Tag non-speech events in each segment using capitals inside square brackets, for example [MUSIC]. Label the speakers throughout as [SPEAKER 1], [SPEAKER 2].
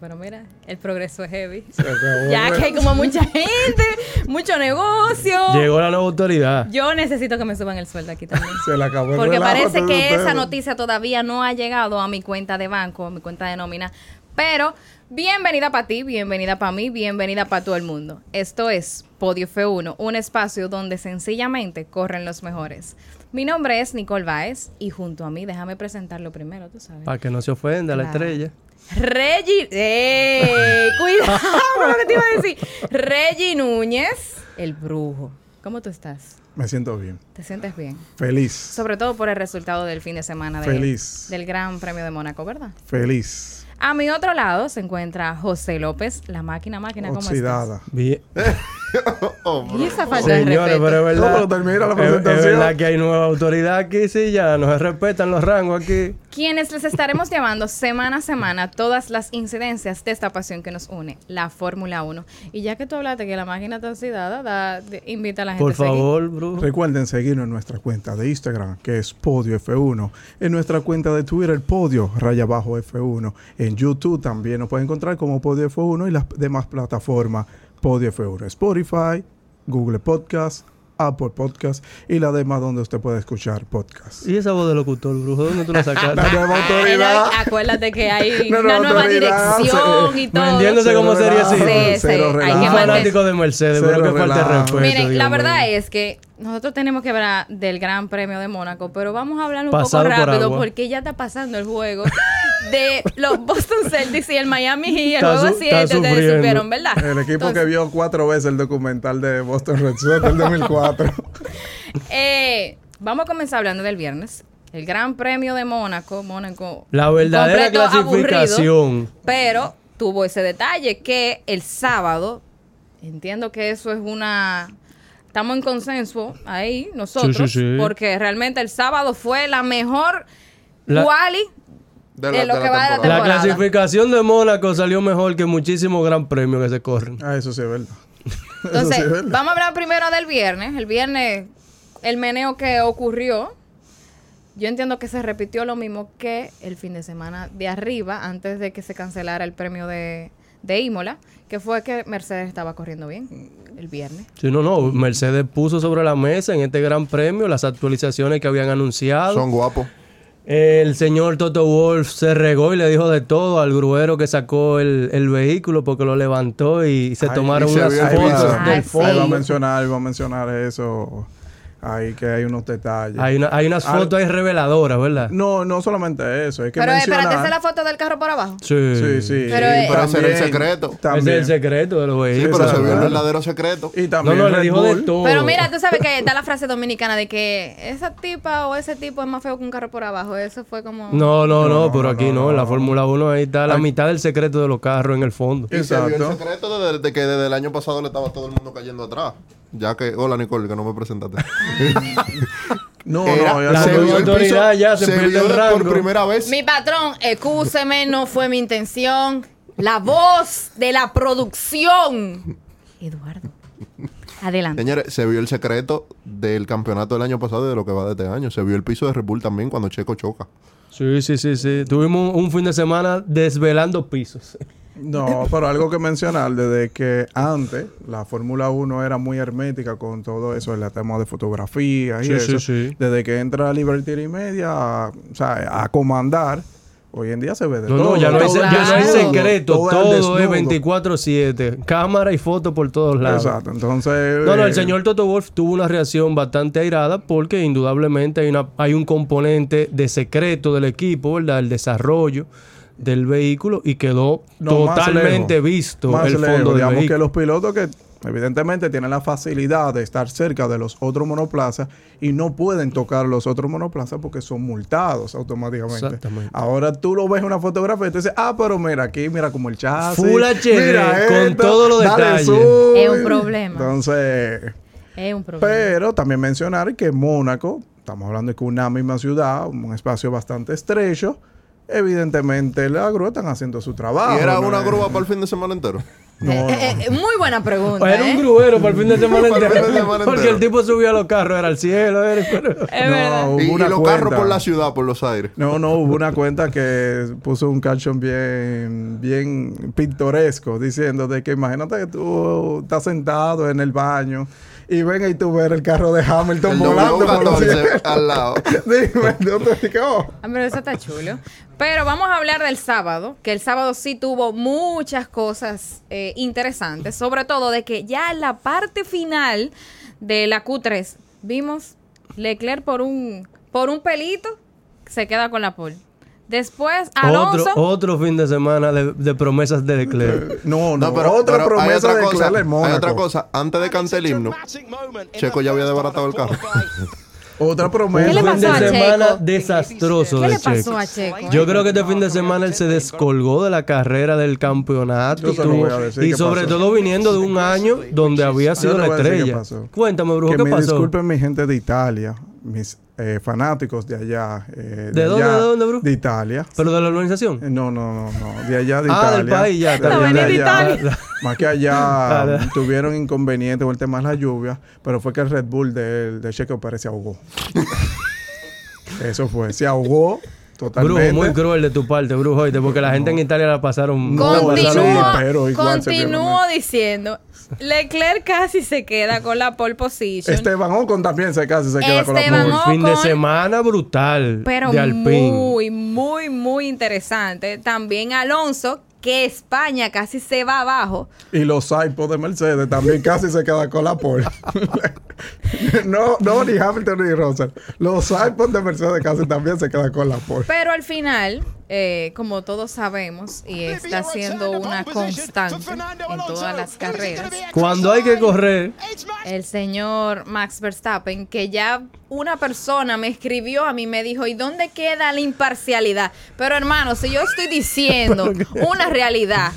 [SPEAKER 1] pero mira, el progreso es heavy.
[SPEAKER 2] Se acabó,
[SPEAKER 1] Ya
[SPEAKER 2] güey.
[SPEAKER 1] que hay como mucha gente, mucho negocio.
[SPEAKER 2] Llegó la nueva autoridad.
[SPEAKER 1] Yo necesito que me suban el sueldo aquí también.
[SPEAKER 2] Se le acabó el
[SPEAKER 1] Porque
[SPEAKER 2] relajo a
[SPEAKER 1] parece
[SPEAKER 2] todos
[SPEAKER 1] que esa
[SPEAKER 2] ustedes.
[SPEAKER 1] noticia todavía no ha llegado a mi cuenta de banco, a mi cuenta de nómina. Pero bienvenida para ti, bienvenida para mí, bienvenida para todo el mundo. Esto es Podio F1, un espacio donde sencillamente corren los mejores. Mi nombre es Nicole Baez y junto a mí, déjame presentarlo primero, tú sabes.
[SPEAKER 2] Para que no se ofenda la
[SPEAKER 1] Claro.
[SPEAKER 2] estrella.
[SPEAKER 1] Reggie. ¡Ey! Cuidado con lo que te iba a decir. Reggie Núñez, el brujo. ¿Cómo tú estás?
[SPEAKER 3] Me siento bien.
[SPEAKER 1] ¿Te sientes bien?
[SPEAKER 3] Feliz.
[SPEAKER 1] Sobre todo por el resultado del fin de semana de-
[SPEAKER 3] Feliz.
[SPEAKER 1] del Gran Premio de Mónaco, ¿verdad?
[SPEAKER 3] Feliz.
[SPEAKER 1] A mi otro lado se encuentra José López, la máquina, máquina, ¿cómo
[SPEAKER 3] Oxidada.
[SPEAKER 2] Bien.
[SPEAKER 1] estás? Y esa falta de
[SPEAKER 2] Señores,
[SPEAKER 1] respeto.
[SPEAKER 2] pero es verdad.
[SPEAKER 3] Eh, No, pero termina la
[SPEAKER 2] Es- Es,
[SPEAKER 3] presentación.
[SPEAKER 2] verdad que hay nueva autoridad aquí, sí, ya no se respetan los rangos aquí.
[SPEAKER 1] Quienes les estaremos llevando semana a semana todas las incidencias de esta pasión que nos une, la Fórmula 1. Y ya que tú hablaste que la máquina está oxidada, da- de- invita a la gente
[SPEAKER 2] Por
[SPEAKER 1] a seguir.
[SPEAKER 2] favor, brujo.
[SPEAKER 3] Recuerden seguirnos en nuestra cuenta de Instagram, que es Podio F1. En nuestra cuenta de Twitter, Podio, raya abajo F1. En YouTube también nos pueden encontrar como Podio F1 y las demás plataformas Podio F1. Spotify, Google Podcast, Apple Podcast y las demás donde usted puede escuchar podcast.
[SPEAKER 2] ¿Y esa voz de locutor, brujo? ¿Dónde tú la
[SPEAKER 3] La
[SPEAKER 2] sacaste?
[SPEAKER 3] nueva
[SPEAKER 1] Era-
[SPEAKER 3] autoridad.
[SPEAKER 1] acuérdate que
[SPEAKER 3] [LAUGHS]
[SPEAKER 1] hay
[SPEAKER 3] No, no,
[SPEAKER 1] una nueva
[SPEAKER 3] autoridad,
[SPEAKER 2] [LAUGHS]
[SPEAKER 1] dirección y todo.
[SPEAKER 2] Vendiéndose como
[SPEAKER 3] Cero
[SPEAKER 2] serie
[SPEAKER 3] relajo,
[SPEAKER 2] sí.
[SPEAKER 1] Sí,
[SPEAKER 3] cero
[SPEAKER 1] sí, hay que
[SPEAKER 3] relajo.
[SPEAKER 2] Un
[SPEAKER 1] mantener-
[SPEAKER 2] fanático de Mercedes,
[SPEAKER 3] Cero
[SPEAKER 2] pero que falta de
[SPEAKER 3] relajo.
[SPEAKER 2] respeto.
[SPEAKER 1] Miren, la
[SPEAKER 2] Dios mío.
[SPEAKER 1] verdad es que nosotros tenemos que hablar del Gran Premio de Mónaco, pero vamos a hablar un
[SPEAKER 2] Pasado por
[SPEAKER 1] poco rápido
[SPEAKER 2] agua.
[SPEAKER 1] porque ya está pasando el juego de los [LAUGHS] Boston Celtics y el Miami Heat, el
[SPEAKER 2] Está
[SPEAKER 1] juego
[SPEAKER 2] su- está
[SPEAKER 1] 7 ustedes
[SPEAKER 2] sufriendo.
[SPEAKER 1] supieron, ¿verdad?
[SPEAKER 3] El equipo
[SPEAKER 1] Entonces,
[SPEAKER 3] que vio cuatro veces el documental de Boston Red Sox del 2004.
[SPEAKER 1] [LAUGHS] eh, vamos a comenzar hablando del viernes. El Gran Premio de Mónaco, Mónaco.
[SPEAKER 2] La verdadera
[SPEAKER 1] completo aburrido,
[SPEAKER 2] clasificación.
[SPEAKER 1] pero tuvo ese detalle que el sábado, entiendo que eso es una... Estamos en consenso ahí nosotros,
[SPEAKER 2] sí, sí.
[SPEAKER 1] porque realmente el sábado fue la mejor
[SPEAKER 2] La-
[SPEAKER 1] quali de, lo que va de la
[SPEAKER 2] La
[SPEAKER 1] temporada.
[SPEAKER 2] clasificación de Mónaco salió mejor que muchísimos gran premios que se corren.
[SPEAKER 3] Ah, eso sí es verdad.
[SPEAKER 1] Entonces,
[SPEAKER 3] Eso sí es verdad.
[SPEAKER 1] vamos a hablar primero del viernes. El viernes, el meneo que ocurrió, yo entiendo que se repitió lo mismo que el fin de semana de arriba, antes de que se cancelara el premio de, de Imola, que fue que Mercedes estaba corriendo bien el viernes.
[SPEAKER 2] Sí, no, no. Mercedes puso sobre la mesa en este gran premio las actualizaciones que habían anunciado.
[SPEAKER 4] Son guapos.
[SPEAKER 2] El señor Toto Wolf se regó y le dijo de todo al gruero que sacó el, el vehículo porque lo levantó y se
[SPEAKER 3] Ay,
[SPEAKER 2] tomaron
[SPEAKER 4] y se
[SPEAKER 2] unas
[SPEAKER 4] vio el
[SPEAKER 2] fotos
[SPEAKER 1] piso. Ay,
[SPEAKER 2] del
[SPEAKER 1] sí.
[SPEAKER 3] Ahí va a
[SPEAKER 2] fondo.
[SPEAKER 3] mencionar, iba a mencionar eso. Ahí que hay unos detalles.
[SPEAKER 2] Hay, una- hay unas
[SPEAKER 3] Al-
[SPEAKER 2] fotos ahí reveladoras, ¿verdad?
[SPEAKER 3] No, no solamente eso. Hay que
[SPEAKER 1] Pero eh,
[SPEAKER 3] mencionar.
[SPEAKER 1] espérate, esa es la foto del carro por abajo.
[SPEAKER 2] Sí.
[SPEAKER 3] Sí, sí.
[SPEAKER 1] Pero,
[SPEAKER 3] Y
[SPEAKER 1] eh,
[SPEAKER 4] Para hacer el
[SPEAKER 3] también-
[SPEAKER 4] secreto.
[SPEAKER 3] También.
[SPEAKER 2] Ese es el secreto de los
[SPEAKER 4] Sí,
[SPEAKER 2] vehículos.
[SPEAKER 4] pero
[SPEAKER 3] claro.
[SPEAKER 4] se vio el verdadero secreto.
[SPEAKER 3] y
[SPEAKER 2] no,
[SPEAKER 3] también
[SPEAKER 2] no, le
[SPEAKER 3] Red
[SPEAKER 2] dijo de
[SPEAKER 3] Bull.
[SPEAKER 2] todo.
[SPEAKER 1] Pero mira, tú sabes que está la frase dominicana de que esa tipa o ese tipo es más feo que un carro por abajo. Eso fue como...
[SPEAKER 2] No, no, no,
[SPEAKER 3] No,
[SPEAKER 2] pero
[SPEAKER 3] no,
[SPEAKER 2] aquí no.
[SPEAKER 3] no,
[SPEAKER 2] En la
[SPEAKER 3] no.
[SPEAKER 2] Fórmula 1 ahí está la mitad del secreto de los carros en el fondo.
[SPEAKER 4] Y se vio
[SPEAKER 3] Exacto.
[SPEAKER 4] el secreto desde que desde el año pasado le estaba todo el mundo cayendo atrás. Ya que, hola Nicole, que no
[SPEAKER 3] [LAUGHS]
[SPEAKER 4] me presentaste.
[SPEAKER 3] No,
[SPEAKER 4] Era-
[SPEAKER 3] no, ya
[SPEAKER 2] la
[SPEAKER 3] se
[SPEAKER 2] nueva
[SPEAKER 3] vio el-
[SPEAKER 2] autoridad ya se pierde
[SPEAKER 4] vio
[SPEAKER 2] el
[SPEAKER 4] de-
[SPEAKER 2] rango.
[SPEAKER 4] por primera vez.
[SPEAKER 1] Mi patrón, excúseme, no fue mi intención. La voz de la producción. Eduardo, adelante.
[SPEAKER 4] Señores, se vio el secreto del campeonato del año pasado y de lo que va de este año. Se vio el piso de Red Bull también cuando Checo choca.
[SPEAKER 2] Sí, sí, sí, sí. Tuvimos un fin de semana desvelando pisos.
[SPEAKER 3] No, pero algo que mencionar, desde que antes la Fórmula 1 era muy hermética con todo eso, el tema de fotografía y
[SPEAKER 2] Sí, sí,
[SPEAKER 3] eso.
[SPEAKER 2] sí.
[SPEAKER 3] Desde que entra Liberty y Media a, o sea, a comandar, hoy en día se ve de
[SPEAKER 2] No,
[SPEAKER 3] todo.
[SPEAKER 2] no, ya no, hay, se-
[SPEAKER 3] Todo
[SPEAKER 1] al
[SPEAKER 2] ya no hay
[SPEAKER 3] desnudo,
[SPEAKER 2] secreto. Todo,
[SPEAKER 3] al
[SPEAKER 2] es
[SPEAKER 3] desnudo.
[SPEAKER 2] 24-7. Cámara y foto por todos lados.
[SPEAKER 3] Exacto, entonces...
[SPEAKER 2] No, no,
[SPEAKER 3] eh,
[SPEAKER 2] el señor Toto Wolf tuvo una reacción bastante airada porque indudablemente hay, una, hay un componente de secreto del equipo, ¿verdad? El desarrollo del vehículo y quedó
[SPEAKER 3] No, más
[SPEAKER 2] totalmente
[SPEAKER 3] lejos.
[SPEAKER 2] visto
[SPEAKER 3] Más
[SPEAKER 2] el
[SPEAKER 3] lejos.
[SPEAKER 2] fondo del
[SPEAKER 3] Digamos
[SPEAKER 2] vehículo.
[SPEAKER 3] que los pilotos que evidentemente tienen la facilidad de estar cerca de los otros monoplazas y no pueden tocar los otros monoplazas porque son multados automáticamente.
[SPEAKER 2] Exactamente.
[SPEAKER 3] Ahora tú lo ves en una fotografía y te dices, ah, pero mira aquí, mira como el chasis.
[SPEAKER 2] Full HD,
[SPEAKER 3] mira
[SPEAKER 2] con todos los
[SPEAKER 3] dale
[SPEAKER 2] detalles.
[SPEAKER 3] zoom".
[SPEAKER 1] Es un problema.
[SPEAKER 3] Entonces,
[SPEAKER 1] Es un problema.
[SPEAKER 3] pero también mencionar que Mónaco, estamos hablando de que una misma ciudad, un espacio bastante estrecho, evidentemente la grúa están haciendo su trabajo.
[SPEAKER 4] y era
[SPEAKER 3] ¿no?
[SPEAKER 4] una grúa para el fin de semana entero.
[SPEAKER 3] No,
[SPEAKER 5] Eh,
[SPEAKER 3] no.
[SPEAKER 5] eh, eh, muy buena pregunta.
[SPEAKER 2] Era
[SPEAKER 5] ¿eh?
[SPEAKER 2] un gruero para el
[SPEAKER 3] [LAUGHS]
[SPEAKER 2] fin de
[SPEAKER 4] Para
[SPEAKER 2] semana
[SPEAKER 4] el
[SPEAKER 2] entero.
[SPEAKER 4] fin de semana
[SPEAKER 2] Porque
[SPEAKER 4] entero.
[SPEAKER 2] el tipo subía a los carros, era al cielo. Era el gruero.
[SPEAKER 3] No,
[SPEAKER 1] Es verdad.
[SPEAKER 3] hubo
[SPEAKER 4] Y, y
[SPEAKER 3] una
[SPEAKER 4] los
[SPEAKER 3] cuenta.
[SPEAKER 4] carros por la ciudad, por los aires.
[SPEAKER 3] No, no, hubo una cuenta que puso un caption bien, bien pintoresco, diciendo de que imagínate que tú estás sentado en el baño y venga y tú ver el carro de Hamilton
[SPEAKER 4] El
[SPEAKER 3] volando por los cielos.
[SPEAKER 4] W14 al lado.
[SPEAKER 3] [LAUGHS] Dime, yo te dije, oh.
[SPEAKER 1] Ah, pero eso está chulo. Pero vamos a hablar del sábado, que el sábado sí tuvo muchas cosas eh, interesantes, sobre todo de que ya en la parte final de la Q3 vimos Leclerc por un por un pelito se queda con la pole. Después
[SPEAKER 2] Otro,
[SPEAKER 1] Alonso
[SPEAKER 2] otro fin de semana de, de promesas de Leclerc.
[SPEAKER 3] No, no,
[SPEAKER 4] No, pero
[SPEAKER 3] otra
[SPEAKER 4] pero hay
[SPEAKER 3] promesa
[SPEAKER 4] otra
[SPEAKER 3] de
[SPEAKER 4] cosa,
[SPEAKER 3] Clara en
[SPEAKER 4] Hay otra
[SPEAKER 3] Mónaco.
[SPEAKER 4] cosa. Antes de cantar el himno, Checo ya había desbaratado el carro.
[SPEAKER 3] Otra
[SPEAKER 2] Un
[SPEAKER 1] ¿Qué le
[SPEAKER 3] promesa.
[SPEAKER 2] fin
[SPEAKER 1] pasó a
[SPEAKER 2] de semana
[SPEAKER 1] Checo?
[SPEAKER 2] [LAUGHS] desastroso
[SPEAKER 1] ¿Qué
[SPEAKER 2] de
[SPEAKER 1] le pasó
[SPEAKER 2] Checo.
[SPEAKER 1] a Checo?
[SPEAKER 2] Yo creo que este fin de semana él se descolgó de la carrera del campeonato
[SPEAKER 3] Yo te lo
[SPEAKER 2] tuvo-
[SPEAKER 3] voy a decir
[SPEAKER 2] y
[SPEAKER 3] qué
[SPEAKER 2] sobre
[SPEAKER 3] pasó.
[SPEAKER 2] todo viniendo de un año donde había
[SPEAKER 3] Yo
[SPEAKER 2] sido
[SPEAKER 3] te
[SPEAKER 2] la
[SPEAKER 3] voy a decir qué
[SPEAKER 2] estrella.
[SPEAKER 3] pasó.
[SPEAKER 2] Cuéntame, Brujo,
[SPEAKER 3] que
[SPEAKER 2] ¿qué
[SPEAKER 3] me
[SPEAKER 2] pasó?
[SPEAKER 3] disculpen mi gente de Italia, mis eh, fanáticos de allá. eh,
[SPEAKER 2] ¿De dónde,
[SPEAKER 3] allá,
[SPEAKER 2] de dónde, Bru?
[SPEAKER 3] De Italia.
[SPEAKER 2] ¿Pero de la organización?
[SPEAKER 3] Eh, No, no, no, no. De allá de
[SPEAKER 2] Ah,
[SPEAKER 3] Italia.
[SPEAKER 2] del país ya,
[SPEAKER 3] De
[SPEAKER 2] está
[SPEAKER 3] allá,
[SPEAKER 1] bien.
[SPEAKER 3] de
[SPEAKER 1] Venir de
[SPEAKER 3] allá.
[SPEAKER 2] Italia.
[SPEAKER 3] Más que
[SPEAKER 2] Vale.
[SPEAKER 3] allá tuvieron inconvenientes con el tema de la lluvia, pero fue que el Red Bull de, de Checo Pérez se
[SPEAKER 2] [LAUGHS]
[SPEAKER 3] ahogó. Eso fue. Se ahogó totalmente.
[SPEAKER 2] Brujo, muy cruel de tu parte, Brujo, oíste, porque la gente en Italia la pasaron...
[SPEAKER 3] No,
[SPEAKER 2] la pasaron
[SPEAKER 3] sí,
[SPEAKER 2] mal.
[SPEAKER 1] continúo,
[SPEAKER 3] pero igual se
[SPEAKER 1] continúo
[SPEAKER 3] vieron, ¿eh?
[SPEAKER 1] diciendo, Leclerc casi se queda con la pole position.
[SPEAKER 3] Esteban Ocon también se casi se queda con la
[SPEAKER 1] Esteban
[SPEAKER 3] pole.
[SPEAKER 2] Un fin de
[SPEAKER 1] Ocon.
[SPEAKER 2] semana brutal
[SPEAKER 1] Pero
[SPEAKER 2] de Alpine.
[SPEAKER 1] muy, muy, muy interesante. También Alonso, que España casi se va abajo.
[SPEAKER 3] Y los iPods de Mercedes también casi se queda con la pole. [LAUGHS] no, no, ni Hamilton ni Russell. Los iPods de Mercedes casi también se quedan con la pole.
[SPEAKER 1] Pero al final, eh, como todos sabemos, y está siendo una constante en todas las carreras,
[SPEAKER 2] Cuando hay que correr,
[SPEAKER 1] el señor Max Verstappen, que ya una persona me escribió a mí, me dijo, ¿y dónde queda la imparcialidad? Pero hermano, si yo estoy
[SPEAKER 2] [LAUGHS]
[SPEAKER 1] diciendo una realidad,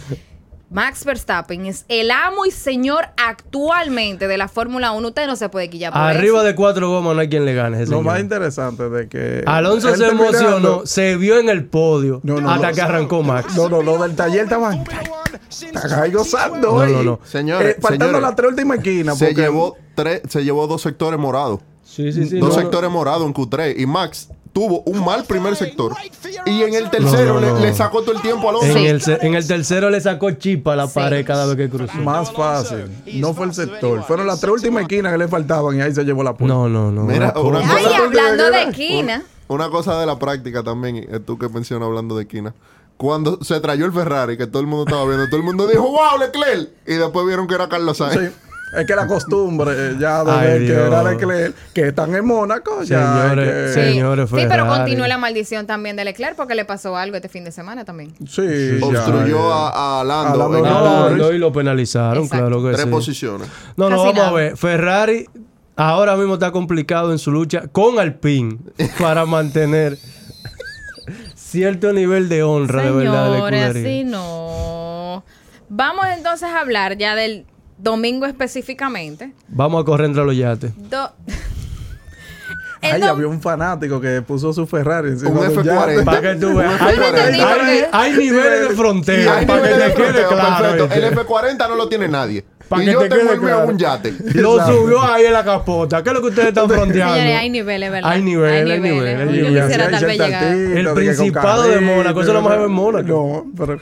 [SPEAKER 1] Max Verstappen es el amo y señor actualmente de la Fórmula 1, usted no se puede quillar por
[SPEAKER 2] arriba
[SPEAKER 1] eso.
[SPEAKER 2] de cuatro gomas no hay quien le gane. ese
[SPEAKER 3] Lo
[SPEAKER 2] señor.
[SPEAKER 3] más interesante de que.
[SPEAKER 2] Alonso
[SPEAKER 3] él
[SPEAKER 2] se
[SPEAKER 3] terminando-
[SPEAKER 2] emocionó, se vio en el podio
[SPEAKER 3] No, no,
[SPEAKER 2] hasta
[SPEAKER 3] no.
[SPEAKER 2] que arrancó Max.
[SPEAKER 3] No, no, lo del taller estaban. Están ahí gozando.
[SPEAKER 2] No,
[SPEAKER 3] eh.
[SPEAKER 2] no, no.
[SPEAKER 4] Señores,
[SPEAKER 3] faltando
[SPEAKER 4] señores,
[SPEAKER 3] la tres última esquina.
[SPEAKER 4] Se
[SPEAKER 3] porque-
[SPEAKER 4] llevó, tres, se llevó dos sectores morados.
[SPEAKER 2] Sí, sí, sí.
[SPEAKER 4] dos
[SPEAKER 2] no, no.
[SPEAKER 4] sectores morados en Q3. Y Max tuvo un mal primer sector. Y en el tercero
[SPEAKER 2] No, no, no.
[SPEAKER 4] Le, le sacó todo el tiempo a Alonso.
[SPEAKER 2] En, el, se- en el tercero le sacó chipa a la pared cada vez que cruzó.
[SPEAKER 3] Más fácil. No fue el sector. Fueron las tres últimas esquinas que le faltaban y ahí se llevó la pole.
[SPEAKER 2] No, no, no.
[SPEAKER 4] Mira,
[SPEAKER 2] una
[SPEAKER 4] una
[SPEAKER 2] cosa-
[SPEAKER 1] Ay,
[SPEAKER 4] cosa,
[SPEAKER 1] hablando de esquina.
[SPEAKER 4] una cosa de la práctica también, eh, tú que mencionas hablando de esquina. Cuando se trayó el Ferrari, que todo el mundo estaba viendo, todo el mundo dijo, wow, Leclerc. Y después vieron que era Carlos Sainz.
[SPEAKER 3] Sí. Es que la costumbre eh, ya de
[SPEAKER 2] Ay,
[SPEAKER 3] ver que
[SPEAKER 2] Dios.
[SPEAKER 3] era Leclerc, que están en Mónaco, ya.
[SPEAKER 2] Señores,
[SPEAKER 3] que-
[SPEAKER 1] Sí.
[SPEAKER 2] Señores,
[SPEAKER 1] sí, pero
[SPEAKER 2] Ferrari.
[SPEAKER 1] continúa la maldición también de Leclerc porque le pasó algo este fin de semana también.
[SPEAKER 3] Sí, ya,
[SPEAKER 4] Obstruyó
[SPEAKER 3] ya.
[SPEAKER 4] A, a
[SPEAKER 3] A
[SPEAKER 4] Lando
[SPEAKER 3] Lando
[SPEAKER 4] en el
[SPEAKER 3] Norris.
[SPEAKER 2] No,
[SPEAKER 4] Norris.
[SPEAKER 2] no, y lo penalizaron,
[SPEAKER 1] Exacto.
[SPEAKER 2] claro que
[SPEAKER 4] tres
[SPEAKER 2] Pues sí.
[SPEAKER 4] posiciones.
[SPEAKER 2] No, no,
[SPEAKER 1] Casi
[SPEAKER 2] vamos a
[SPEAKER 1] nada.
[SPEAKER 2] ver. Ferrari ahora mismo está complicado en su lucha con Alpine para mantener cierto nivel de honra, de verdad, de la
[SPEAKER 1] Señores,
[SPEAKER 2] escudería.
[SPEAKER 1] así no. Vamos entonces a hablar ya del domingo específicamente.
[SPEAKER 2] Vamos a correr entre los yates.
[SPEAKER 1] Do- El
[SPEAKER 3] Ay,
[SPEAKER 1] dom-
[SPEAKER 3] había un fanático que puso su Ferrari encima
[SPEAKER 4] Un
[SPEAKER 3] del
[SPEAKER 4] F40.
[SPEAKER 3] yate.
[SPEAKER 2] Para que tú veas. Hay,
[SPEAKER 4] Yo no entendí
[SPEAKER 2] hay-
[SPEAKER 1] por qué.
[SPEAKER 2] hay niveles de frontera.
[SPEAKER 4] Ahí
[SPEAKER 2] Para que
[SPEAKER 4] nivel de
[SPEAKER 2] te quede
[SPEAKER 4] fronteo,
[SPEAKER 2] claro.
[SPEAKER 4] perfecto.
[SPEAKER 2] ¿viste?
[SPEAKER 4] El F40 no lo tiene nadie.
[SPEAKER 2] Pa'
[SPEAKER 4] y
[SPEAKER 2] que
[SPEAKER 4] yo
[SPEAKER 2] te
[SPEAKER 4] tengo
[SPEAKER 2] quede
[SPEAKER 4] el mío
[SPEAKER 2] claro.
[SPEAKER 4] en un yate.
[SPEAKER 2] Lo subió ahí en la capota. ¿Qué es lo que ustedes están fronteando?
[SPEAKER 1] Señores, hay niveles, ¿verdad?
[SPEAKER 2] Hay niveles, hay niveles. hay
[SPEAKER 1] Yo
[SPEAKER 3] Y
[SPEAKER 2] niveles.
[SPEAKER 3] así
[SPEAKER 1] quisiera
[SPEAKER 3] hay
[SPEAKER 1] tal vez
[SPEAKER 3] gente
[SPEAKER 1] llegar.
[SPEAKER 3] artista,
[SPEAKER 2] El
[SPEAKER 3] de que con
[SPEAKER 2] Principado de
[SPEAKER 3] carrito,
[SPEAKER 2] Mónaco, eso nada más se ve en Mónaco.
[SPEAKER 3] No, pero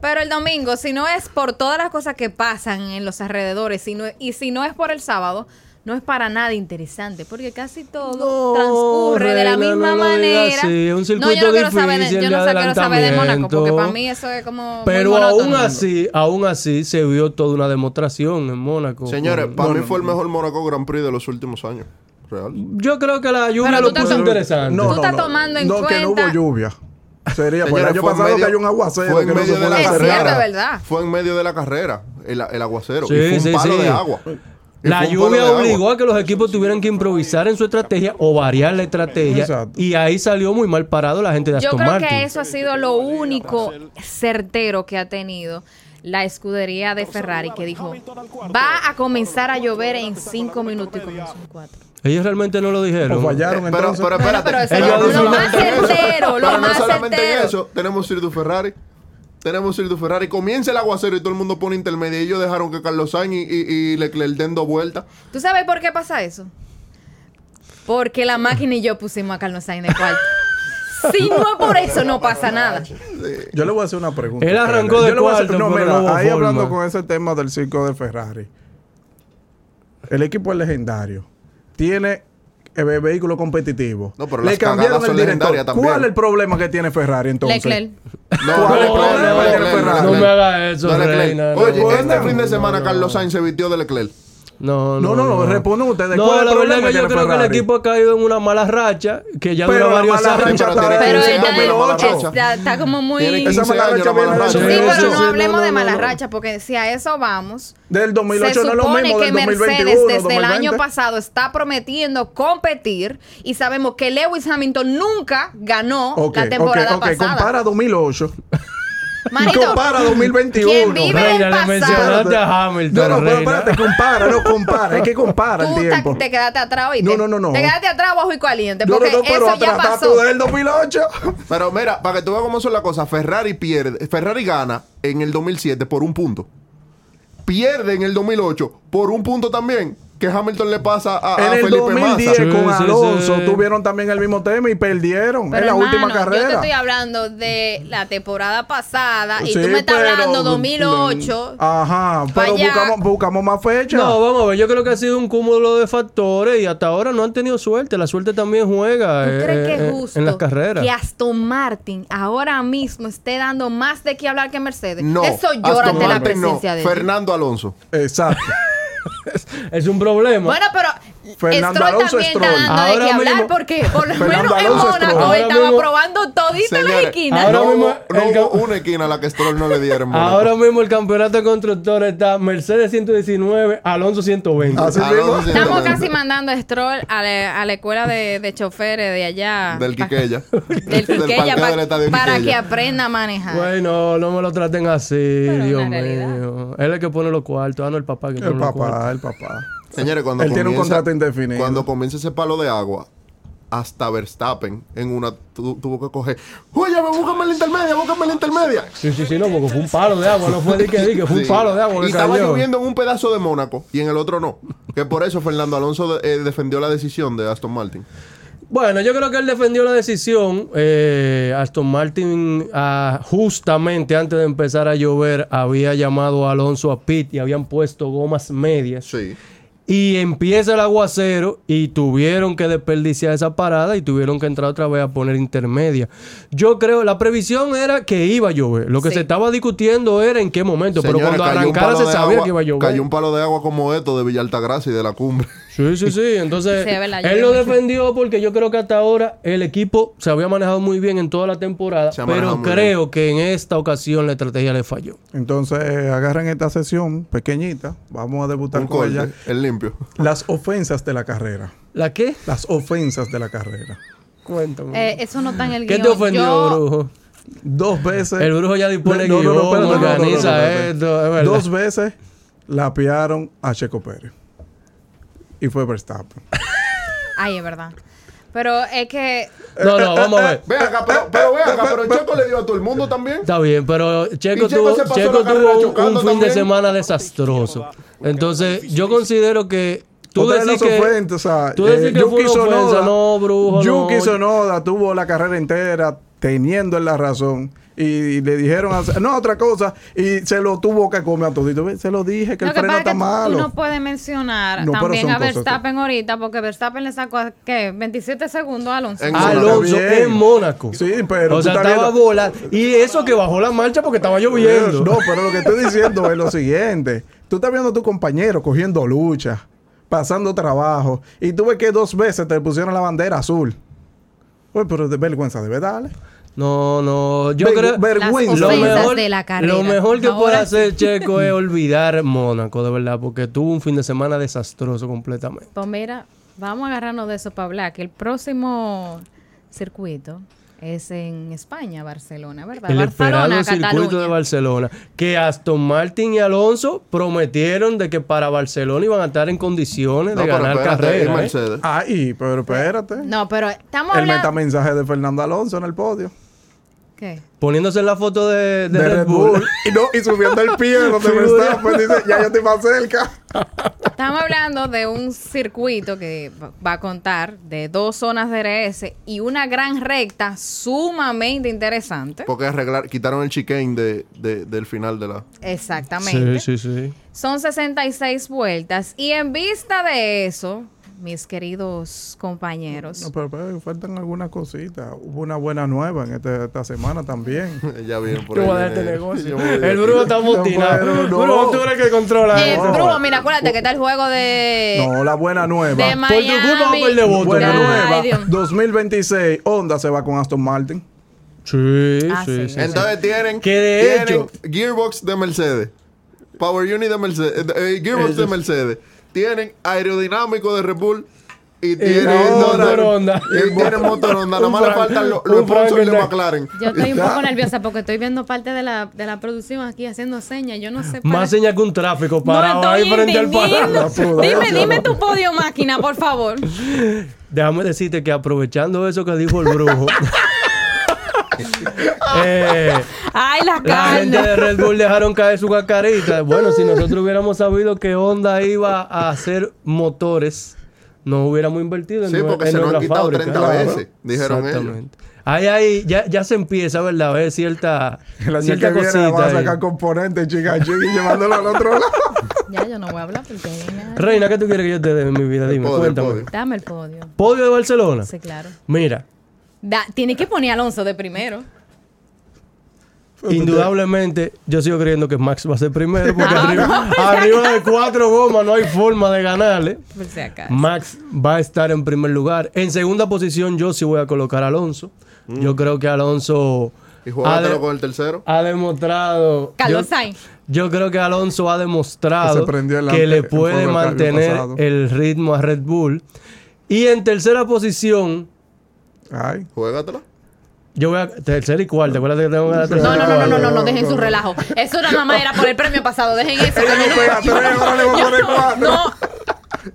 [SPEAKER 1] Pero el domingo, si no es por todas las cosas que pasan en los alrededores si no- y si no es por el sábado, no es para nada interesante porque casi todo
[SPEAKER 2] No,
[SPEAKER 1] transcurre de la
[SPEAKER 2] Reina,
[SPEAKER 1] misma
[SPEAKER 2] no lo digas
[SPEAKER 1] manera.
[SPEAKER 2] así, un
[SPEAKER 1] no, yo
[SPEAKER 2] circuito
[SPEAKER 1] no quiero saber de,
[SPEAKER 2] difícil
[SPEAKER 1] yo
[SPEAKER 2] de
[SPEAKER 1] no sé, quiero saber de Mónaco porque
[SPEAKER 2] adelantamiento.
[SPEAKER 1] para mí eso es como muy
[SPEAKER 2] Pero aún
[SPEAKER 1] monótono.
[SPEAKER 2] así, aún así, se vio toda una demostración en Mónaco.
[SPEAKER 4] Señores,
[SPEAKER 2] Con-
[SPEAKER 4] para mí fue el mejor Monaco Grand Prix de los últimos años. Real.
[SPEAKER 2] yo creo que la lluvia
[SPEAKER 1] Pero
[SPEAKER 2] lo
[SPEAKER 1] tú te
[SPEAKER 2] puso
[SPEAKER 1] to-
[SPEAKER 2] interesante.
[SPEAKER 1] Tú estás tomando en
[SPEAKER 3] No, que no hubo
[SPEAKER 1] cuenta-
[SPEAKER 3] lluvia. Sería, pues el
[SPEAKER 4] Señores,
[SPEAKER 3] año
[SPEAKER 4] fue en
[SPEAKER 3] pasado que
[SPEAKER 4] medio-
[SPEAKER 3] hay un aguacero
[SPEAKER 4] fue en
[SPEAKER 3] que no se
[SPEAKER 4] medio de
[SPEAKER 3] puede
[SPEAKER 4] la
[SPEAKER 1] Es
[SPEAKER 3] hacer
[SPEAKER 1] cierto,
[SPEAKER 4] carrera.
[SPEAKER 3] nada.
[SPEAKER 1] ¿verdad?
[SPEAKER 4] Fue en medio de la carrera, el, el aguacero.
[SPEAKER 2] Sí,
[SPEAKER 4] y fue un
[SPEAKER 2] sí,
[SPEAKER 4] palo
[SPEAKER 2] sí.
[SPEAKER 4] de agua. Y
[SPEAKER 2] La
[SPEAKER 4] fue un palo
[SPEAKER 2] lluvia
[SPEAKER 4] de agua.
[SPEAKER 2] obligó a que los equipos tuvieran que improvisar en su estrategia o variar la estrategia.
[SPEAKER 3] Exacto.
[SPEAKER 2] Y ahí salió muy mal parado la gente de
[SPEAKER 1] Yo
[SPEAKER 2] Aston
[SPEAKER 1] creo
[SPEAKER 2] Martin.
[SPEAKER 1] que eso ha sido lo único certero que ha tenido la escudería de Ferrari, que dijo, va a comenzar a llover en cinco minutos y comenzó en cuatro.
[SPEAKER 2] Ellos realmente no lo dijeron.
[SPEAKER 3] O fallaron
[SPEAKER 4] Eh, Pero,
[SPEAKER 3] entonces.
[SPEAKER 4] pero espérate.
[SPEAKER 1] Bueno, pero eso
[SPEAKER 2] es lo
[SPEAKER 4] no
[SPEAKER 2] más
[SPEAKER 4] solamente
[SPEAKER 1] certero,
[SPEAKER 4] eso,
[SPEAKER 1] lo
[SPEAKER 4] pero no
[SPEAKER 1] más
[SPEAKER 4] solamente
[SPEAKER 1] certero.
[SPEAKER 4] eso. Tenemos Sir Du Ferrari, Tenemos el de Ferrari. Comienza el aguacero y todo el mundo pone intermedia. Y ellos dejaron que Carlos Sainz y, y, y Leclerc den dos vueltas.
[SPEAKER 1] ¿Tú sabes por qué pasa eso? Porque la máquina y yo pusimos a Carlos Sainz de cuarto. si no es por eso, no pasa nada.
[SPEAKER 3] Yo le voy a hacer una pregunta.
[SPEAKER 2] Él arrancó
[SPEAKER 3] Fede.
[SPEAKER 2] de
[SPEAKER 3] Yo le voy a hacer-
[SPEAKER 2] cuarto,
[SPEAKER 3] No,
[SPEAKER 2] pero
[SPEAKER 3] mira,
[SPEAKER 2] no hubo
[SPEAKER 3] ahí hablando
[SPEAKER 2] forma.
[SPEAKER 3] con ese tema del circo de Ferrari. El equipo es legendario. Tiene eh, ve- vehículo competitivo.
[SPEAKER 4] No, pero
[SPEAKER 3] Le
[SPEAKER 4] las
[SPEAKER 3] cambiaron
[SPEAKER 4] cagadas son
[SPEAKER 3] el director.
[SPEAKER 4] legendarias también.
[SPEAKER 3] ¿Cuál es el problema que tiene Ferrari entonces?
[SPEAKER 1] Leclerc.
[SPEAKER 4] No,
[SPEAKER 3] ¿Cuál es el
[SPEAKER 4] Leclerc,
[SPEAKER 3] problema de Ferrari?
[SPEAKER 2] No me haga eso,
[SPEAKER 4] No, Leclerc.
[SPEAKER 2] reina, no,
[SPEAKER 4] Oye,
[SPEAKER 2] no,
[SPEAKER 4] este
[SPEAKER 3] no,
[SPEAKER 4] fin de semana
[SPEAKER 2] no,
[SPEAKER 4] Carlos Sainz se vistió de Leclerc.
[SPEAKER 2] No,
[SPEAKER 3] No, no, no, respondan ustedes.
[SPEAKER 2] No,
[SPEAKER 3] ¿Cuál es el
[SPEAKER 2] la verdad
[SPEAKER 3] problema
[SPEAKER 2] es que yo
[SPEAKER 3] tiene
[SPEAKER 2] creo que el
[SPEAKER 3] Ferrari?
[SPEAKER 2] equipo ha caído en una mala racha, que ya
[SPEAKER 3] Pero
[SPEAKER 2] dura
[SPEAKER 3] la
[SPEAKER 2] varios
[SPEAKER 3] mala
[SPEAKER 2] años.
[SPEAKER 3] racha está
[SPEAKER 4] Pero tiene
[SPEAKER 1] Pero
[SPEAKER 3] desde
[SPEAKER 4] quince
[SPEAKER 3] el
[SPEAKER 4] años,
[SPEAKER 1] ella
[SPEAKER 4] la mala
[SPEAKER 1] es-
[SPEAKER 4] racha.
[SPEAKER 1] está, está como muy...
[SPEAKER 4] Tiene
[SPEAKER 1] Sí,
[SPEAKER 3] Esa
[SPEAKER 4] 15
[SPEAKER 3] mala
[SPEAKER 4] años,
[SPEAKER 3] racha
[SPEAKER 4] la mala
[SPEAKER 3] viene desde-
[SPEAKER 4] racha.
[SPEAKER 2] Sí,
[SPEAKER 1] pero
[SPEAKER 2] sí,
[SPEAKER 1] no
[SPEAKER 2] sí,
[SPEAKER 1] hablemos
[SPEAKER 2] no,
[SPEAKER 1] de
[SPEAKER 2] no,
[SPEAKER 1] mala
[SPEAKER 2] no.
[SPEAKER 1] racha, porque si a eso vamos,
[SPEAKER 3] Del
[SPEAKER 1] se
[SPEAKER 3] 2008 no es lo
[SPEAKER 1] supone
[SPEAKER 3] mismo
[SPEAKER 1] que
[SPEAKER 3] del
[SPEAKER 1] Mercedes
[SPEAKER 3] 2021,
[SPEAKER 1] desde el
[SPEAKER 3] 2020.
[SPEAKER 1] año pasado está prometiendo competir y sabemos que Lewis Hamilton nunca ganó
[SPEAKER 3] Ok,
[SPEAKER 1] la
[SPEAKER 3] ok,
[SPEAKER 1] temporada
[SPEAKER 3] ok,
[SPEAKER 1] pasada.
[SPEAKER 3] compara 2008 y
[SPEAKER 1] Manito,
[SPEAKER 3] compara 2021.
[SPEAKER 1] ¿quién vive
[SPEAKER 2] Reina,
[SPEAKER 1] del
[SPEAKER 2] le
[SPEAKER 1] pasado?
[SPEAKER 2] mencionaste.
[SPEAKER 3] Espérate.
[SPEAKER 2] a Hamilton,
[SPEAKER 3] No, no, pero
[SPEAKER 2] reina.
[SPEAKER 3] espérate, compara, no compara, es que compara el
[SPEAKER 1] Tú
[SPEAKER 3] tiempo.
[SPEAKER 1] ta- te quedaste atrás hoy.
[SPEAKER 3] No, no, no, no.
[SPEAKER 1] Te quedaste atrás, bajo y caliente.
[SPEAKER 3] No, no,
[SPEAKER 1] Porque
[SPEAKER 3] no, pero
[SPEAKER 1] eso ya
[SPEAKER 3] atrás está
[SPEAKER 1] pasó.
[SPEAKER 3] tú del 2008.
[SPEAKER 4] Pero mira, para que tú veas cómo son las cosas, Ferrari pierde, Ferrari gana en el 2007 por un punto. Pierde en el 2008 por un punto también, que Hamilton le pasa a, a
[SPEAKER 3] en el
[SPEAKER 4] Ah, Felipe Massa.
[SPEAKER 3] 2010
[SPEAKER 2] Sí,
[SPEAKER 3] con
[SPEAKER 2] sí,
[SPEAKER 3] Alonso
[SPEAKER 2] sí.
[SPEAKER 3] tuvieron también el mismo tema y perdieron
[SPEAKER 1] Pero,
[SPEAKER 3] en la
[SPEAKER 1] hermano,
[SPEAKER 3] última
[SPEAKER 1] Yo te
[SPEAKER 3] carrera.
[SPEAKER 1] estoy hablando de la temporada pasada y
[SPEAKER 3] Sí,
[SPEAKER 1] tú me estás
[SPEAKER 3] pero-
[SPEAKER 1] hablando 2008.
[SPEAKER 3] Ajá,
[SPEAKER 1] Pa'
[SPEAKER 3] pero
[SPEAKER 1] allá.
[SPEAKER 3] buscamos, buscamos más fechas.
[SPEAKER 2] No, vamos a ver, yo creo que ha sido un cúmulo de factores y hasta ahora no han tenido suerte. La suerte también juega
[SPEAKER 1] ¿Tú
[SPEAKER 2] eh,
[SPEAKER 1] crees que
[SPEAKER 2] eh,
[SPEAKER 1] es justo
[SPEAKER 2] en las carreras.
[SPEAKER 1] que Aston Martin ahora mismo esté dando más de qué hablar que Mercedes?
[SPEAKER 4] No,
[SPEAKER 1] Eso
[SPEAKER 4] Aston
[SPEAKER 1] llora ante la
[SPEAKER 4] Martin no,
[SPEAKER 1] presencia de él.
[SPEAKER 4] Fernando Alonso.
[SPEAKER 2] [LAUGHS]
[SPEAKER 3] Exacto.
[SPEAKER 2] Es un problema.
[SPEAKER 1] Bueno, pero
[SPEAKER 3] Fernando
[SPEAKER 1] Stroll
[SPEAKER 3] Alonso
[SPEAKER 1] también está
[SPEAKER 3] Stroll.
[SPEAKER 1] dando de qué
[SPEAKER 2] Ahora
[SPEAKER 1] hablar
[SPEAKER 2] mismo-
[SPEAKER 1] porque por lo
[SPEAKER 3] Fernando
[SPEAKER 1] menos en
[SPEAKER 3] Alonso Stroll.
[SPEAKER 1] Mónaco él
[SPEAKER 2] Ahora
[SPEAKER 1] estaba
[SPEAKER 2] mismo-
[SPEAKER 1] probando todito las
[SPEAKER 4] Señores,
[SPEAKER 1] esquinas.
[SPEAKER 2] ahora
[SPEAKER 4] no
[SPEAKER 2] mismo
[SPEAKER 4] hubo- no
[SPEAKER 2] el
[SPEAKER 4] hubo
[SPEAKER 2] cam-
[SPEAKER 4] una esquina a la que Stroll no le dieron. hermano.
[SPEAKER 2] Ahora mismo el campeonato de constructores está Mercedes 119, Alonso 120.
[SPEAKER 3] Así
[SPEAKER 4] Alonso
[SPEAKER 3] mismo.
[SPEAKER 4] sí está
[SPEAKER 1] Estamos
[SPEAKER 4] dentro.
[SPEAKER 1] casi mandando a Stroll a la, a la escuela de, de choferes de allá.
[SPEAKER 4] Del
[SPEAKER 1] Pa-
[SPEAKER 4] Quiqueya.
[SPEAKER 1] del Quiqueya,
[SPEAKER 4] parqueo [LAUGHS]
[SPEAKER 1] pa-
[SPEAKER 4] del estadio
[SPEAKER 1] para que
[SPEAKER 4] Quiqueya.
[SPEAKER 1] aprenda a manejar.
[SPEAKER 2] Bueno, no me lo traten así, Dios
[SPEAKER 1] una realidad.
[SPEAKER 2] mío. Él es el que pone los cuartos, ah, no el papá que pone
[SPEAKER 3] El
[SPEAKER 2] los cuartos.
[SPEAKER 3] papá, el papá.
[SPEAKER 4] Señores, cuando
[SPEAKER 3] Él tiene un
[SPEAKER 4] comienza-
[SPEAKER 3] contrato indefinido.
[SPEAKER 4] Cuando comienza ese palo de agua, hasta Verstappen en una tu- tuvo que coger. Oye, búscame la intermedia, búscame la intermedia.
[SPEAKER 2] Sí, sí, sí, no, porque fue un palo de agua, no fue de que di, que fue un
[SPEAKER 4] Sí.
[SPEAKER 2] palo de agua.
[SPEAKER 4] Y
[SPEAKER 2] que
[SPEAKER 4] estaba
[SPEAKER 2] cayó.
[SPEAKER 4] lloviendo en un pedazo de Mónaco y en el otro no. Que por eso Fernando Alonso de- eh, defendió la decisión de Aston Martin.
[SPEAKER 2] Bueno, yo creo que él defendió la decisión. Eh, Aston Martin, ah, justamente antes de empezar a llover, había llamado a Alonso a Pitt y habían puesto gomas medias.
[SPEAKER 4] Sí.
[SPEAKER 2] Y empieza el aguacero y tuvieron que desperdiciar esa parada y tuvieron que entrar otra vez a poner intermedia. Yo creo, la previsión era que iba a llover. Lo que
[SPEAKER 1] Sí.
[SPEAKER 2] se estaba discutiendo era en qué momento, pero
[SPEAKER 4] Señores,
[SPEAKER 2] cuando
[SPEAKER 4] cayó un
[SPEAKER 2] arrancara
[SPEAKER 4] palo
[SPEAKER 2] se
[SPEAKER 4] de
[SPEAKER 2] sabía
[SPEAKER 4] agua-
[SPEAKER 2] que iba a llover.
[SPEAKER 4] Cayó un palo de agua como esto de Villa Altagracia y de la cumbre.
[SPEAKER 2] Sí, sí, sí. Entonces,
[SPEAKER 1] Sí, es verdad,
[SPEAKER 2] él
[SPEAKER 1] llovió
[SPEAKER 2] lo
[SPEAKER 1] mucho.
[SPEAKER 2] defendió porque yo creo que hasta ahora el equipo se había manejado muy bien en toda la temporada,
[SPEAKER 4] Se ha manejado
[SPEAKER 2] pero
[SPEAKER 4] muy
[SPEAKER 2] creo que en esta ocasión la estrategia le falló.
[SPEAKER 3] Entonces, agarran esta sesión pequeñita. Vamos a debutar
[SPEAKER 4] Un
[SPEAKER 3] con ella.
[SPEAKER 4] corte, el limpio.
[SPEAKER 3] Las ofensas de la carrera.
[SPEAKER 2] ¿La qué?
[SPEAKER 3] Las ofensas de la carrera.
[SPEAKER 2] Cuéntame.
[SPEAKER 1] Eh, eso no está en el
[SPEAKER 2] ¿Qué
[SPEAKER 1] guión.
[SPEAKER 2] te ofendió,
[SPEAKER 1] Yo-
[SPEAKER 2] brujo?
[SPEAKER 3] Dos veces.
[SPEAKER 2] El brujo ya dispone
[SPEAKER 3] No, no, no,
[SPEAKER 2] guión,
[SPEAKER 3] espérate, no, no, no,
[SPEAKER 2] organiza
[SPEAKER 3] no, no, espérate.
[SPEAKER 2] esto, es verdad.
[SPEAKER 3] Dos veces lapearon a Checo Pérez. Y fue Verstappen.
[SPEAKER 1] Ay, es verdad. Pero es que
[SPEAKER 2] No, no, vamos
[SPEAKER 3] [LAUGHS]
[SPEAKER 2] a ver.
[SPEAKER 4] Ve acá, pero,
[SPEAKER 2] Eh,
[SPEAKER 4] pero ve acá, pero Checo le dio a todo el mundo también.
[SPEAKER 2] Está bien, pero Checo,
[SPEAKER 4] Y Checo
[SPEAKER 2] tuvo,
[SPEAKER 4] se pasó
[SPEAKER 2] Checo
[SPEAKER 4] la carrera
[SPEAKER 2] tuvo un- un,
[SPEAKER 4] chocando
[SPEAKER 2] fin de
[SPEAKER 4] también.
[SPEAKER 2] semana desastroso. Entonces, yo considero que tú
[SPEAKER 3] Otra de
[SPEAKER 2] decís
[SPEAKER 3] las
[SPEAKER 2] que...
[SPEAKER 3] ofensas, o sea, eh,
[SPEAKER 2] tú decís que fue
[SPEAKER 3] Yuki
[SPEAKER 2] una ofensa,
[SPEAKER 3] Sonoda,
[SPEAKER 2] no, brujo,
[SPEAKER 3] Yuki
[SPEAKER 2] no.
[SPEAKER 3] Sonoda tuvo la carrera entera teniendo en la razón. Y, le dijeron, hacer- no, otra cosa. Y se lo tuvo que comer a todito. Ve, Se lo dije que el
[SPEAKER 1] lo que
[SPEAKER 3] freno
[SPEAKER 1] pasa es
[SPEAKER 3] está
[SPEAKER 1] que tú-
[SPEAKER 3] malo.
[SPEAKER 1] tú no puedes mencionar
[SPEAKER 3] No, pero
[SPEAKER 1] también
[SPEAKER 3] son
[SPEAKER 1] a
[SPEAKER 3] cosas que-
[SPEAKER 1] Verstappen ahorita, porque Verstappen le sacó ¿qué? 27 segundos a Alonso.
[SPEAKER 4] En-
[SPEAKER 2] Ah, Alonso
[SPEAKER 3] Está bien.
[SPEAKER 2] en Mónaco.
[SPEAKER 3] Sí, pero
[SPEAKER 2] O
[SPEAKER 3] tú
[SPEAKER 2] sea,
[SPEAKER 3] estás
[SPEAKER 2] estaba
[SPEAKER 3] viendo-
[SPEAKER 2] volando. Y eso que bajó la marcha porque estaba lloviendo.
[SPEAKER 3] No, pero lo que estoy diciendo es lo siguiente. Tú estás viendo a tu compañero cogiendo lucha, pasando trabajo, y tú ves que dos veces te pusieron la bandera azul. Uy, pero de vergüenza debe darle.
[SPEAKER 2] No, no, yo
[SPEAKER 3] Ver-
[SPEAKER 2] creo
[SPEAKER 3] vergüenza.
[SPEAKER 2] lo
[SPEAKER 1] ofensas
[SPEAKER 2] mejor,
[SPEAKER 1] de la carrera.
[SPEAKER 2] lo mejor que
[SPEAKER 1] Ahora
[SPEAKER 2] puede
[SPEAKER 1] sí.
[SPEAKER 2] hacer Checo es olvidar Mónaco, de verdad, porque tuvo un fin de semana desastroso completamente.
[SPEAKER 1] Pues mira, vamos a agarrarnos de eso para hablar, que el próximo circuito es en España, Barcelona, ¿verdad?
[SPEAKER 2] El
[SPEAKER 1] Barcelona,
[SPEAKER 2] esperado circuito de
[SPEAKER 1] Cataluña.
[SPEAKER 2] Barcelona, que Aston Martin y Alonso prometieron de que para Barcelona iban a estar en condiciones
[SPEAKER 4] No,
[SPEAKER 2] de
[SPEAKER 4] pero
[SPEAKER 2] ganar
[SPEAKER 4] espérate, y
[SPEAKER 2] carreras. ¿eh?
[SPEAKER 4] Mercedes.
[SPEAKER 3] Ay, Ah, pero espérate.
[SPEAKER 1] No, pero estamos
[SPEAKER 3] el
[SPEAKER 1] hablando...
[SPEAKER 3] metamensaje de Fernando Alonso en el podio.
[SPEAKER 1] ¿Qué?
[SPEAKER 2] Poniéndose en la foto de, de
[SPEAKER 3] de Red Bull. y, no, y subiendo el pie de donde
[SPEAKER 2] Figura.
[SPEAKER 3] Verstappen dice, ya yo estoy más cerca.
[SPEAKER 1] Estamos hablando de un circuito que va a contar de dos zonas DRS y una gran recta sumamente interesante.
[SPEAKER 4] Porque arreglar, quitaron el chicane de, de- del final de la. [LAUGHS]
[SPEAKER 1] Exactamente.
[SPEAKER 2] Sí, sí, sí.
[SPEAKER 1] Son 66 vueltas y en vista de eso, mis queridos compañeros,
[SPEAKER 3] No, pero, pero faltan algunas cositas. Hubo una buena nueva en este- esta semana también.
[SPEAKER 4] Ya viene por
[SPEAKER 2] Yo
[SPEAKER 4] ahí.
[SPEAKER 2] voy a dar este
[SPEAKER 4] viene- [LAUGHS]
[SPEAKER 2] negocio.
[SPEAKER 4] Yo voy a
[SPEAKER 2] El
[SPEAKER 4] decir-
[SPEAKER 2] brujo está
[SPEAKER 3] pero
[SPEAKER 2] mutinado.
[SPEAKER 3] no.
[SPEAKER 2] Brujo, tú eres el que controla.
[SPEAKER 1] Eh,
[SPEAKER 2] esto.
[SPEAKER 1] Bruno, mira, acuérdate que está el juego de,
[SPEAKER 3] No, la buena nueva.
[SPEAKER 1] Eh, de
[SPEAKER 2] Por tu culpa vamos a
[SPEAKER 1] Miami.
[SPEAKER 2] perder voto,
[SPEAKER 3] buena
[SPEAKER 1] Ay,
[SPEAKER 2] Bruno.
[SPEAKER 3] nueva.
[SPEAKER 1] Dios.
[SPEAKER 3] 2026, Honda se va con Aston Martin.
[SPEAKER 2] Sí,
[SPEAKER 1] Ah,
[SPEAKER 2] sí,
[SPEAKER 1] sí.
[SPEAKER 2] sí.
[SPEAKER 4] Entonces tienen,
[SPEAKER 2] Que de
[SPEAKER 4] tienen
[SPEAKER 2] hecho-
[SPEAKER 4] Gearbox de Mercedes, Power Unit de Mercedes, eh, eh, Gearbox de Mercedes, tienen aerodinámico de Red Bull y tienen
[SPEAKER 2] motor Honda.
[SPEAKER 4] Y tienen motor Honda. Nada
[SPEAKER 2] Un
[SPEAKER 4] más le
[SPEAKER 2] Frank-
[SPEAKER 4] faltan los
[SPEAKER 2] un
[SPEAKER 4] los sponsors de
[SPEAKER 2] Frankenstein.
[SPEAKER 4] McLaren.
[SPEAKER 5] Yo estoy un
[SPEAKER 2] [LAUGHS]
[SPEAKER 5] poco nerviosa porque estoy viendo parte de la, de la producción aquí haciendo señas. Yo no sé.
[SPEAKER 2] Más señal que un tráfico parado
[SPEAKER 1] no
[SPEAKER 2] ahí
[SPEAKER 1] estoy
[SPEAKER 2] frente al
[SPEAKER 1] entendiendo.
[SPEAKER 2] parado.
[SPEAKER 1] Dime, dime tu podio máquina, por favor.
[SPEAKER 2] Déjame decirte que aprovechando eso que dijo el brujo. eh,
[SPEAKER 1] Ay, la
[SPEAKER 2] la gente
[SPEAKER 1] carne.
[SPEAKER 2] de Red Bull dejaron caer su cacarita. Bueno, si nosotros hubiéramos sabido que Honda iba a hacer motores, no hubiéramos invertido en,
[SPEAKER 4] Sí,
[SPEAKER 2] nue-
[SPEAKER 4] porque
[SPEAKER 2] en
[SPEAKER 4] se lo han
[SPEAKER 2] nuestra
[SPEAKER 4] quitado
[SPEAKER 2] fábrica.
[SPEAKER 4] 30 veces, dijeron ellos.
[SPEAKER 2] Exactamente. Ahí, ahí, ya, ya se empieza, ¿verdad? A ver cierta,
[SPEAKER 3] El año que
[SPEAKER 2] cierta
[SPEAKER 3] viene la van
[SPEAKER 2] cosita.
[SPEAKER 3] a
[SPEAKER 2] ahí.
[SPEAKER 3] sacar componentes, chica, chica, y llevándolo al otro lado. [LAUGHS]
[SPEAKER 1] Ya, yo no voy a hablar porque...
[SPEAKER 2] Reina, ¿qué tú quieres que yo te dé en mi vida? Dime,
[SPEAKER 4] Podio,
[SPEAKER 2] cuéntame.
[SPEAKER 4] podio.
[SPEAKER 1] Dame el podio.
[SPEAKER 2] Podio de Barcelona.
[SPEAKER 1] Sí, claro.
[SPEAKER 2] Mira,
[SPEAKER 1] Da, tiene que poner a Alonso de primero.
[SPEAKER 2] indudablemente yo sigo creyendo que Max va a ser primero porque arriba, arriba de cuatro gomas no hay forma de ganarle.
[SPEAKER 1] Por si acaso.
[SPEAKER 2] Max va a estar en primer lugar. En segunda posición yo sí voy a colocar a Alonso.
[SPEAKER 3] Mm.
[SPEAKER 2] Yo creo que Alonso
[SPEAKER 4] Y
[SPEAKER 2] ha, de-
[SPEAKER 4] jugándolo con el tercero.
[SPEAKER 2] ha demostrado...
[SPEAKER 1] Carlos
[SPEAKER 2] yo-
[SPEAKER 1] Sainz.
[SPEAKER 2] Yo creo que Alonso ha
[SPEAKER 3] Que
[SPEAKER 2] demostrado
[SPEAKER 3] se prendió el
[SPEAKER 2] que
[SPEAKER 3] ante-
[SPEAKER 2] le
[SPEAKER 3] el
[SPEAKER 2] puede
[SPEAKER 3] fuego el año
[SPEAKER 2] mantener
[SPEAKER 3] pasado.
[SPEAKER 2] el ritmo a Red Bull. Y en tercera posición,
[SPEAKER 3] Ay,
[SPEAKER 4] Juégatela.
[SPEAKER 2] yo voy a... Tercera y cuarta, acuérdate que tengo que dar
[SPEAKER 1] No,
[SPEAKER 2] tercera y
[SPEAKER 1] no, no, no, no, no, no,
[SPEAKER 3] no,
[SPEAKER 1] dejen
[SPEAKER 3] no,
[SPEAKER 1] su
[SPEAKER 3] no.
[SPEAKER 1] relajo. Eso nada más era por el premio pasado, dejen eso.
[SPEAKER 3] ella no pega tres, ahora le va a poner cuatro.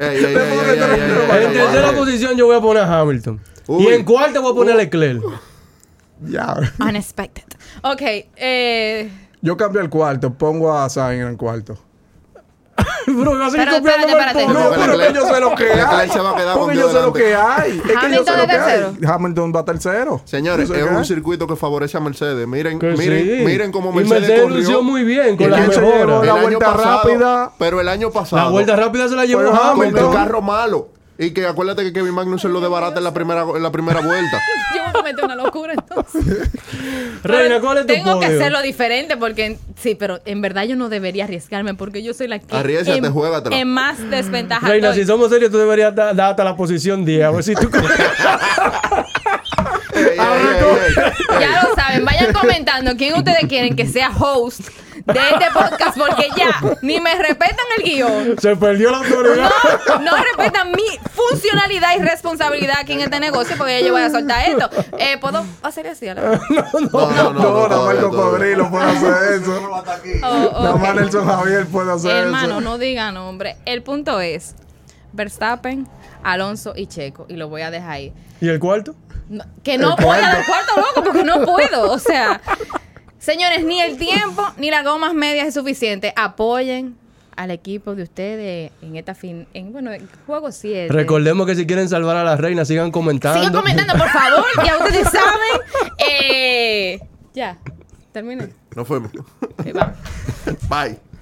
[SPEAKER 1] No,
[SPEAKER 4] Ey, ey, ey, ey, ey, ey, ey, ey,
[SPEAKER 2] En
[SPEAKER 4] ey,
[SPEAKER 2] tercera
[SPEAKER 4] ey.
[SPEAKER 2] posición yo voy a poner a Hamilton.
[SPEAKER 4] Uy.
[SPEAKER 2] Y en cuarta voy a poner a Leclerc. [LAUGHS]
[SPEAKER 3] Ya.
[SPEAKER 1] unexpected. Ok, eh,
[SPEAKER 3] Yo cambio el cuarto, pongo a Sainz en el cuarto.
[SPEAKER 2] Bro, yo voy a seguir
[SPEAKER 1] Espérate,
[SPEAKER 2] copiándome
[SPEAKER 1] espérate,
[SPEAKER 2] el
[SPEAKER 1] espérate.
[SPEAKER 3] No,
[SPEAKER 2] podio.
[SPEAKER 3] pero que yo sé lo que
[SPEAKER 4] Leclerc
[SPEAKER 3] hay.
[SPEAKER 4] se va a quedar con
[SPEAKER 3] Porque
[SPEAKER 4] Dios
[SPEAKER 3] yo sé lo
[SPEAKER 4] delante.
[SPEAKER 3] que hay. Es que yo
[SPEAKER 1] Hamilton
[SPEAKER 3] sé lo
[SPEAKER 1] es
[SPEAKER 3] que hay.
[SPEAKER 1] tercero.
[SPEAKER 3] Hamilton va tercero.
[SPEAKER 4] Señores,
[SPEAKER 3] Yo sé
[SPEAKER 4] es
[SPEAKER 3] que hay.
[SPEAKER 4] un circuito que favorece a Mercedes. Miren,
[SPEAKER 2] Que
[SPEAKER 4] miren,
[SPEAKER 2] sí.
[SPEAKER 4] miren cómo
[SPEAKER 2] Y
[SPEAKER 4] Mercedes,
[SPEAKER 2] Mercedes
[SPEAKER 4] corrió
[SPEAKER 2] lució muy bien con
[SPEAKER 3] ¿Y
[SPEAKER 2] las
[SPEAKER 3] quién se llevó
[SPEAKER 2] mejoras.
[SPEAKER 3] la
[SPEAKER 4] el año
[SPEAKER 3] vuelta
[SPEAKER 4] pasado,
[SPEAKER 3] rápida?
[SPEAKER 4] Pero el año pasado.
[SPEAKER 2] La vuelta rápida se la llevó
[SPEAKER 3] Fue
[SPEAKER 4] con
[SPEAKER 2] Hamilton.
[SPEAKER 4] el
[SPEAKER 3] Hamilton.
[SPEAKER 4] carro malo. Y que acuérdate que Kevin Magnussen lo debarata en la primera, en la primera vuelta.
[SPEAKER 1] yo voy a cometer una locura entonces.
[SPEAKER 2] Reina, ¿cuál es tu
[SPEAKER 1] Tengo que
[SPEAKER 2] podio?
[SPEAKER 1] hacerlo diferente porque, sí, pero en verdad yo no debería arriesgarme porque yo soy la que
[SPEAKER 4] Arriésgate,
[SPEAKER 1] en,
[SPEAKER 4] juégatela.
[SPEAKER 1] en más desventaja
[SPEAKER 2] Reina,
[SPEAKER 1] estoy.
[SPEAKER 2] si somos serios, tú deberías da- dar hasta la posición 10. A ver
[SPEAKER 1] [LAUGHS]
[SPEAKER 2] si tú... [LAUGHS]
[SPEAKER 4] Ey, ey, ey, ey.
[SPEAKER 1] Ya lo saben, vayan comentando quién ustedes quieren que sea host de este podcast porque ya ni me respetan el guión.
[SPEAKER 2] se perdió la autoridad.
[SPEAKER 1] No, no respetan mi funcionalidad y responsabilidad aquí en este negocio porque ya yo voy a soltar esto. Eh, ¿Puedo hacer así? a la-
[SPEAKER 4] No, no, no.
[SPEAKER 3] No, no,
[SPEAKER 4] todavía,
[SPEAKER 3] nada más el
[SPEAKER 4] todavía.
[SPEAKER 3] cocodrilo puede hacer eso.
[SPEAKER 1] [LAUGHS] Oh, oh,
[SPEAKER 3] Nada
[SPEAKER 1] ok.
[SPEAKER 3] más Nelson Javier puede hacer
[SPEAKER 1] Hermano,
[SPEAKER 3] eso.
[SPEAKER 1] no digan hombre. El punto es Verstappen, Alonso y Checo. Y lo voy a dejar ahí.
[SPEAKER 2] ¿Y el cuarto?
[SPEAKER 1] No, que no voy a dar cuarto loco porque no puedo. O sea, señores, ni el tiempo ni las gomas medias es suficiente. Apoyen al equipo de ustedes en esta fin, en bueno, el juego 7.
[SPEAKER 2] Recordemos que si quieren salvar a la reina, sigan comentando.
[SPEAKER 1] Sigan comentando, por favor. Ya ustedes saben. Eh, ya, terminé.
[SPEAKER 4] No fue mío.
[SPEAKER 1] Eh, va.
[SPEAKER 4] Bye.